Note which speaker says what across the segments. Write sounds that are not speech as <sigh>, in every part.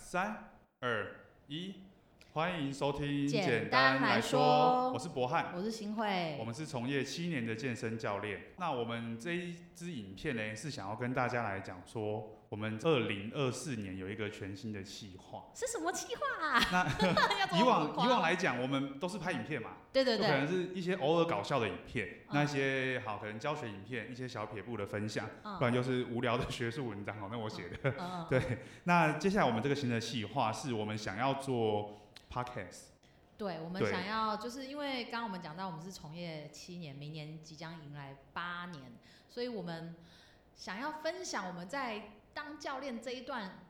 Speaker 1: 三二一，欢迎收听《
Speaker 2: 简单来说
Speaker 1: 我是博翰，
Speaker 2: 我是新慧
Speaker 1: 我。们是从业七年的健身教练。那我们这一支影片呢，是想要跟大家来讲说，我们二零二四年有一个全新的计划。
Speaker 2: 是什么计划啊？ <laughs> 要怎么
Speaker 1: 以往
Speaker 2: 夸
Speaker 1: 以往来讲，我们都是拍影片嘛，
Speaker 2: 对对
Speaker 1: 就可
Speaker 2: 对，
Speaker 1: 能是一些偶尔搞笑的影片，
Speaker 2: 嗯
Speaker 1: 那一些好可能教学影片，一些小撇步的分享，
Speaker 2: 嗯
Speaker 1: 不然就是无聊的学术文章，哦好，那我写的。
Speaker 2: 嗯嗯，
Speaker 1: <laughs> 对，那接下来我们这个新的计划是我们想要做 podcast，
Speaker 2: 对，我们
Speaker 1: 对
Speaker 2: 想要就是因为刚刚我们讲到我们是从业七年，明年即将迎来八年，所以我们想要分享我们在当教练这一段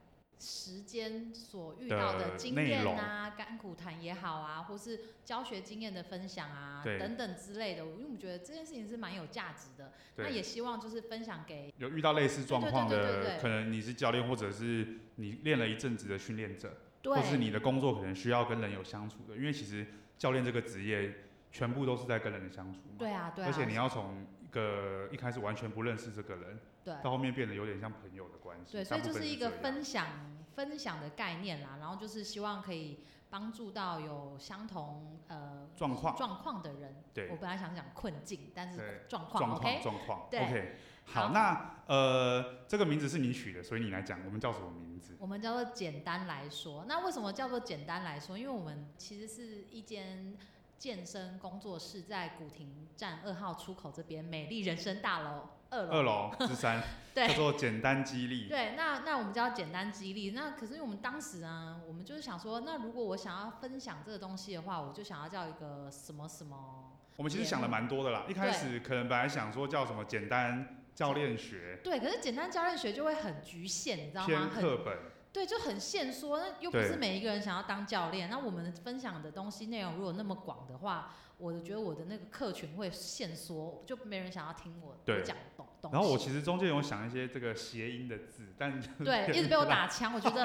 Speaker 2: 时间所遇到的
Speaker 1: 的
Speaker 2: 经
Speaker 1: 内
Speaker 2: 验
Speaker 1: 容
Speaker 2: 啊、甘苦谈也好啊，或是教学经验的分享啊
Speaker 1: 对
Speaker 2: 等等之类的，因为我们觉得这件事情是蛮有价值的。那
Speaker 1: 对，
Speaker 2: 也希望就是分享给
Speaker 1: 有遇到类似状况
Speaker 2: 对对对对
Speaker 1: 的，
Speaker 2: 对
Speaker 1: 可能你是教练，或者是你练了一阵子的训练者，
Speaker 2: 对
Speaker 1: 或是你的工作可能需要跟人有相处的，因为其实教练这个职业全部都是在跟人相处嘛，
Speaker 2: 对啊对啊，
Speaker 1: 而且你要从一个一开始完全不认识这个人，
Speaker 2: 对。
Speaker 1: 到后面变得有点像朋友的关系，
Speaker 2: 对，所以
Speaker 1: 大部
Speaker 2: 就
Speaker 1: 分
Speaker 2: 是一个
Speaker 1: 这样
Speaker 2: 分享分享的概念啦，然后就是希望可以帮助到有相同呃
Speaker 1: 状况，
Speaker 2: 状况的人。
Speaker 1: 对
Speaker 2: 我本来想讲困境，但
Speaker 1: 对
Speaker 2: 是状况
Speaker 1: 状况
Speaker 2: OK，
Speaker 1: 状况
Speaker 2: 对
Speaker 1: ，OK，好，
Speaker 2: 好
Speaker 1: 那呃这个名字是你取的，所以你来讲，我们叫什么名字？
Speaker 2: 我们叫做简单来说。那为什么叫做简单来说？因为我们其实是一间。健身工作室在古亭站二号出口这边，美丽人生大楼二楼。
Speaker 1: 二楼之三，
Speaker 2: <laughs> 对
Speaker 1: 叫做简单激励，
Speaker 2: 对，那那我们就要简单激励。那可是因为我们当时呢，我们就是想说，那如果我想要分享这个东西的话，我就想要叫一个什么什么。
Speaker 1: 我们其实想了蛮多的啦，一开始可能本来想说叫什么简单教练学、
Speaker 2: 对，可是简单教练学就会很局限，你知道吗
Speaker 1: 偏？
Speaker 2: 很
Speaker 1: 课本，
Speaker 2: 对，就很限缩。那又不
Speaker 1: 对
Speaker 2: 是每一个人想要当教练。那我们分享的东西内容如果那么广的话，我觉得我的那个客群会限缩，就没人想要听我
Speaker 1: 对
Speaker 2: 我讲懂东西。
Speaker 1: 然后我其实中间有想一些这个谐音的字，但就是 <laughs>
Speaker 2: 对一直被我打枪，我觉得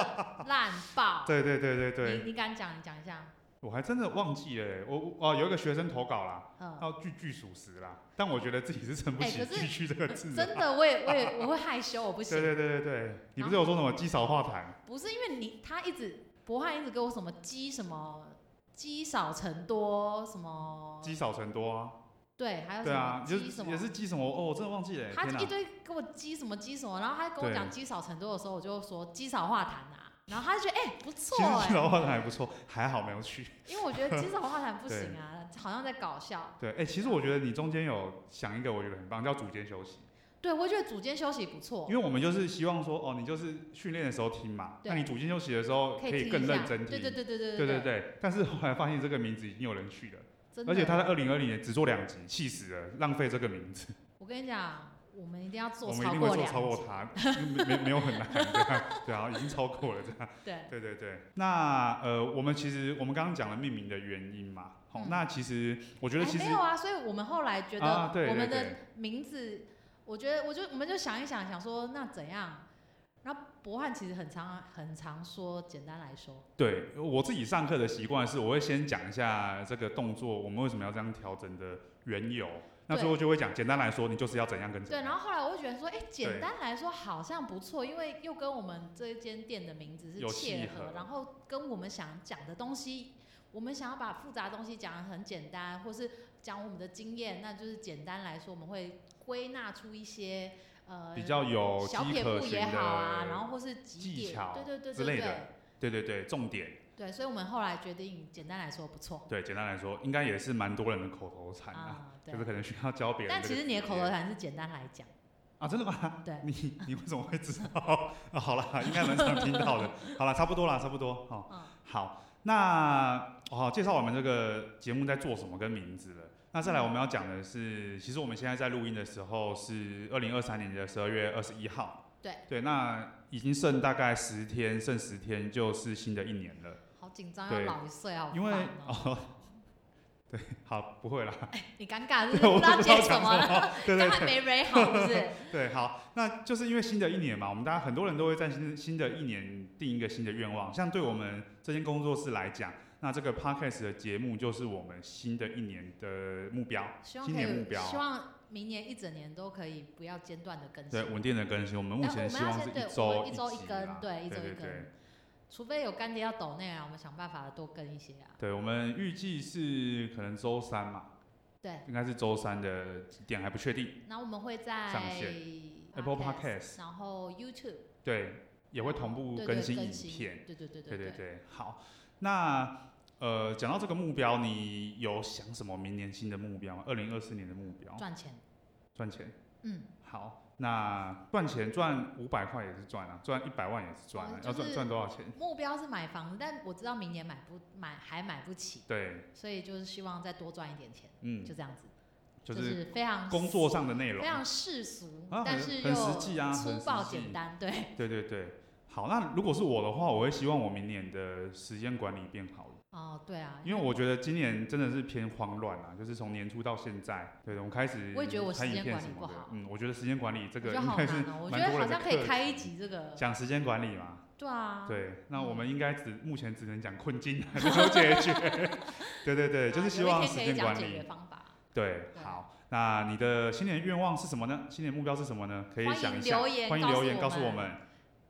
Speaker 2: 烂爆。
Speaker 1: 对对对对对，
Speaker 2: 啊你你敢讲？你讲一下。
Speaker 1: 我还真的忘记了欸，我我哦有一个学生投稿啦，
Speaker 2: 嗯。
Speaker 1: 要句句属实啦，但我觉得自己是撑不起“
Speaker 2: 哎可是
Speaker 1: 句句”这个字的。
Speaker 2: 真的，我也我也我会害羞，我不
Speaker 1: 嗯对
Speaker 2: 行。
Speaker 1: 对对对对，你不是有说什么积少化痰？
Speaker 2: 不是因为你，他一直博翰一直给我什么积什么积少成多什么，
Speaker 1: 积少成多啊，
Speaker 2: 对，还有
Speaker 1: 对
Speaker 2: 哦
Speaker 1: 啊
Speaker 2: 什么，
Speaker 1: 就
Speaker 2: 积什
Speaker 1: 是也
Speaker 2: 么。
Speaker 1: 是积什么？哦，我真的忘记了欸，
Speaker 2: 他
Speaker 1: 天
Speaker 2: 就
Speaker 1: 哪
Speaker 2: 一！堆给我积什么积什么，然后他跟我讲积少成多的时候，我就说积少化痰啊，然后他就觉得哎、不错
Speaker 1: 其实 <laughs>
Speaker 2: 哎、
Speaker 1: 积少化痰还不错，还好没有去。
Speaker 2: 因为我觉得积少化痰不行
Speaker 1: <laughs>
Speaker 2: 啊，好像在搞笑。
Speaker 1: 对，哎、其实我觉得你中间有想一个，我觉得很棒，叫组间休息。
Speaker 2: 对，我觉得组间休息不错
Speaker 1: 因，为我们就是希望说，哦，你就是训练的时候听嘛，
Speaker 2: 对
Speaker 1: 那你组间休息的时候可
Speaker 2: 以听
Speaker 1: 以
Speaker 2: 一
Speaker 1: 更
Speaker 2: 下
Speaker 1: 认真听。
Speaker 2: 对对对对对
Speaker 1: 对
Speaker 2: 对
Speaker 1: 对对但是后来发现这个名字已经有人去了，
Speaker 2: 真的。
Speaker 1: 而且他在二零二零年只做两集，气死了，浪费这个名字。
Speaker 2: 我跟你讲，我们一定要做
Speaker 1: 我们一
Speaker 2: 超
Speaker 1: 定会
Speaker 2: 过
Speaker 1: 做
Speaker 2: 两
Speaker 1: 超过
Speaker 2: 集
Speaker 1: 他，没 <laughs> 没没有很难这样，对啊，已经超过了这
Speaker 2: <laughs>
Speaker 1: 样。
Speaker 2: 对，
Speaker 1: 对对对，那呃，我们其实我们刚刚讲了命名的原因嘛，好、
Speaker 2: 嗯
Speaker 1: 那其实我觉
Speaker 2: 哎，
Speaker 1: 得其实
Speaker 2: 没有啊，所以我们后来觉
Speaker 1: 啊
Speaker 2: 得
Speaker 1: 对
Speaker 2: 我们
Speaker 1: 对
Speaker 2: 的名字，我觉得我就我们就想一想，想说那怎样？然后博翰其实很常很常说，简单来说，
Speaker 1: 对我自己上课的习惯是，我会先讲一下这个动作，我们为什么要这样调整的缘由。那
Speaker 2: 对
Speaker 1: 最后就会讲，简单来说，你就是要怎样跟怎
Speaker 2: 对。
Speaker 1: 样。
Speaker 2: 然后后来我就觉得说，哎，简单来说好像不错，因为又跟我们这一间店的名字是
Speaker 1: 有契
Speaker 2: 切
Speaker 1: 合
Speaker 2: 合，然后跟我们想讲的东西，我们想要把复杂的东西讲得很简单，或是讲我们的经验，那就是简单来说，我们会归纳出一些呃
Speaker 1: 比较有
Speaker 2: 小
Speaker 1: 机
Speaker 2: 撇
Speaker 1: 可
Speaker 2: 步
Speaker 1: 循
Speaker 2: 也好啊，然
Speaker 1: 的，
Speaker 2: 后或是几
Speaker 1: 技
Speaker 2: 点
Speaker 1: 巧
Speaker 2: 对对对
Speaker 1: 之
Speaker 2: 对
Speaker 1: 类
Speaker 2: 对
Speaker 1: 的对对对，重点，
Speaker 2: 对，所以我们后来决定，简单来说不错
Speaker 1: 对，简单来说，应该也是蛮多人的口头禅啊，
Speaker 2: 啊，对
Speaker 1: 就是。可能需要教别人这
Speaker 2: 但
Speaker 1: 个
Speaker 2: 其
Speaker 1: 职业。
Speaker 2: 实你的口头禅是简单来讲，
Speaker 1: 啊，真的吗？ <laughs>
Speaker 2: 对
Speaker 1: 你你为什么会知道？ <laughs> 啊、好啦，应该蛮常听到的。好啦，差不多啦，差不多。好、
Speaker 2: 嗯
Speaker 1: 好，那好、介绍我们这个节目在做什么跟名字了。那再来我们要讲的是，其实我们现在在录音的时候是二零二三年的十二月二十一号。
Speaker 2: 对
Speaker 1: 对，那已经剩大概十天，剩十天就是新的一年了。
Speaker 2: 好紧张，要
Speaker 1: 对
Speaker 2: 老一岁啊！好
Speaker 1: 因为
Speaker 2: 烦哦
Speaker 1: 哦， <laughs> 对，好，不会啦，
Speaker 2: <laughs> 你尴尬是不
Speaker 1: 对 <laughs>
Speaker 2: 是
Speaker 1: 我
Speaker 2: 不知道
Speaker 1: 不知道
Speaker 2: 接
Speaker 1: 讲
Speaker 2: 什么了，
Speaker 1: 么。对对对
Speaker 2: 刚才。没 re 好，是不
Speaker 1: <laughs>
Speaker 2: 是？
Speaker 1: 对，好，那就是因为新的一年嘛，我们大家很多人都会在新新的一年定一个新的愿望。像对我们这间工作室来讲，那这个 podcast 的节目就是我们新的一年的目标，
Speaker 2: 希望
Speaker 1: 新
Speaker 2: 可
Speaker 1: 年目
Speaker 2: 以，
Speaker 1: 标
Speaker 2: 希望明年一整年都可以不要间断的更新。
Speaker 1: 对，稳定的更新。我们目
Speaker 2: 但
Speaker 1: 前
Speaker 2: 我们
Speaker 1: 希
Speaker 2: 要
Speaker 1: 望是
Speaker 2: 先对，
Speaker 1: 一
Speaker 2: 我
Speaker 1: 周
Speaker 2: 们一周一
Speaker 1: 集
Speaker 2: 根
Speaker 1: 啦，
Speaker 2: 对，一周
Speaker 1: 对对
Speaker 2: 一
Speaker 1: 对
Speaker 2: 根。除非有干爹要抖内啊，我们想办法多跟一些啊。
Speaker 1: 对，我们预计是可能周三嘛，
Speaker 2: 对，
Speaker 1: 应该是周三的几点还不确定。
Speaker 2: 然后我们会在
Speaker 1: 上线 Apple Podcast
Speaker 2: 然后 YouTube
Speaker 1: 对，也会同步
Speaker 2: 对对
Speaker 1: 更新影
Speaker 2: 更新
Speaker 1: 片。，
Speaker 2: 对对对
Speaker 1: 对
Speaker 2: 对
Speaker 1: 对。对，好，那呃，讲到这个目标，你有想什么明年新的目标吗？二零二四年的目标，
Speaker 2: 赚钱，
Speaker 1: 赚钱。
Speaker 2: 嗯，
Speaker 1: 好，那赚钱赚五百块也是赚啊，赚一百万也是赚啊
Speaker 2: 嗯，就
Speaker 1: 要赚
Speaker 2: 是
Speaker 1: 赚多少钱？
Speaker 2: 目标是买房子，但我知道明年买不买还买不起，
Speaker 1: 对，
Speaker 2: 所以就是希望再多赚一点钱，
Speaker 1: 嗯
Speaker 2: 就，这样子，
Speaker 1: 就
Speaker 2: 就是是非常
Speaker 1: 工作上的内容
Speaker 2: 非。常世俗，
Speaker 1: 啊很
Speaker 2: 但是
Speaker 1: 很
Speaker 2: 又
Speaker 1: 实际啊很
Speaker 2: 粗
Speaker 1: 实
Speaker 2: 暴
Speaker 1: 际
Speaker 2: 简单，
Speaker 1: <laughs>
Speaker 2: 对，
Speaker 1: 对对对，好，那如果是我的话，我会希望我明年的时间管理变好一点
Speaker 2: 哦，对啊，
Speaker 1: 因为我觉得今年真的是偏慌乱啊，就是从年初到现在，对，我们开始
Speaker 2: 我也觉得我
Speaker 1: 拍
Speaker 2: 时
Speaker 1: 影
Speaker 2: 间
Speaker 1: 片
Speaker 2: 管理
Speaker 1: 什么
Speaker 2: 不
Speaker 1: 的
Speaker 2: 好
Speaker 1: 嗯，我觉得时间管理这
Speaker 2: 我觉
Speaker 1: 个
Speaker 2: 得
Speaker 1: 应
Speaker 2: 好
Speaker 1: 该是
Speaker 2: 难哦，我觉
Speaker 1: 蛮
Speaker 2: 得
Speaker 1: 多
Speaker 2: 好
Speaker 1: 人的
Speaker 2: 像可以
Speaker 1: 课
Speaker 2: 开一集这个，
Speaker 1: 讲时间管理嘛。
Speaker 2: 对啊，
Speaker 1: 对，那我
Speaker 2: 嗯
Speaker 1: 们应该只目前只能讲困
Speaker 2: <laughs>
Speaker 1: 境还没有解决。对对对，
Speaker 2: 啊
Speaker 1: 就是希望时间管
Speaker 2: 有一天可以讲解决
Speaker 1: 理。
Speaker 2: 方法，
Speaker 1: 对，
Speaker 2: 对
Speaker 1: 好，那你的新年愿望是什么呢？新年目标是什么呢？可以
Speaker 2: 欢迎
Speaker 1: 想一下，
Speaker 2: 留言
Speaker 1: 欢迎
Speaker 2: 告
Speaker 1: 留
Speaker 2: 诉
Speaker 1: 言
Speaker 2: 我
Speaker 1: 告诉我
Speaker 2: 们
Speaker 1: 们。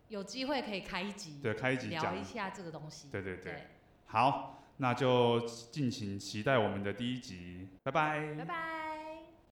Speaker 2: 有机会可以开一集
Speaker 1: 对，开一集
Speaker 2: 聊
Speaker 1: 讲
Speaker 2: 一。下这个东西，
Speaker 1: 对对对，
Speaker 2: 对，
Speaker 1: 好，那就敬请期待我们的第一集，拜拜
Speaker 2: 拜拜。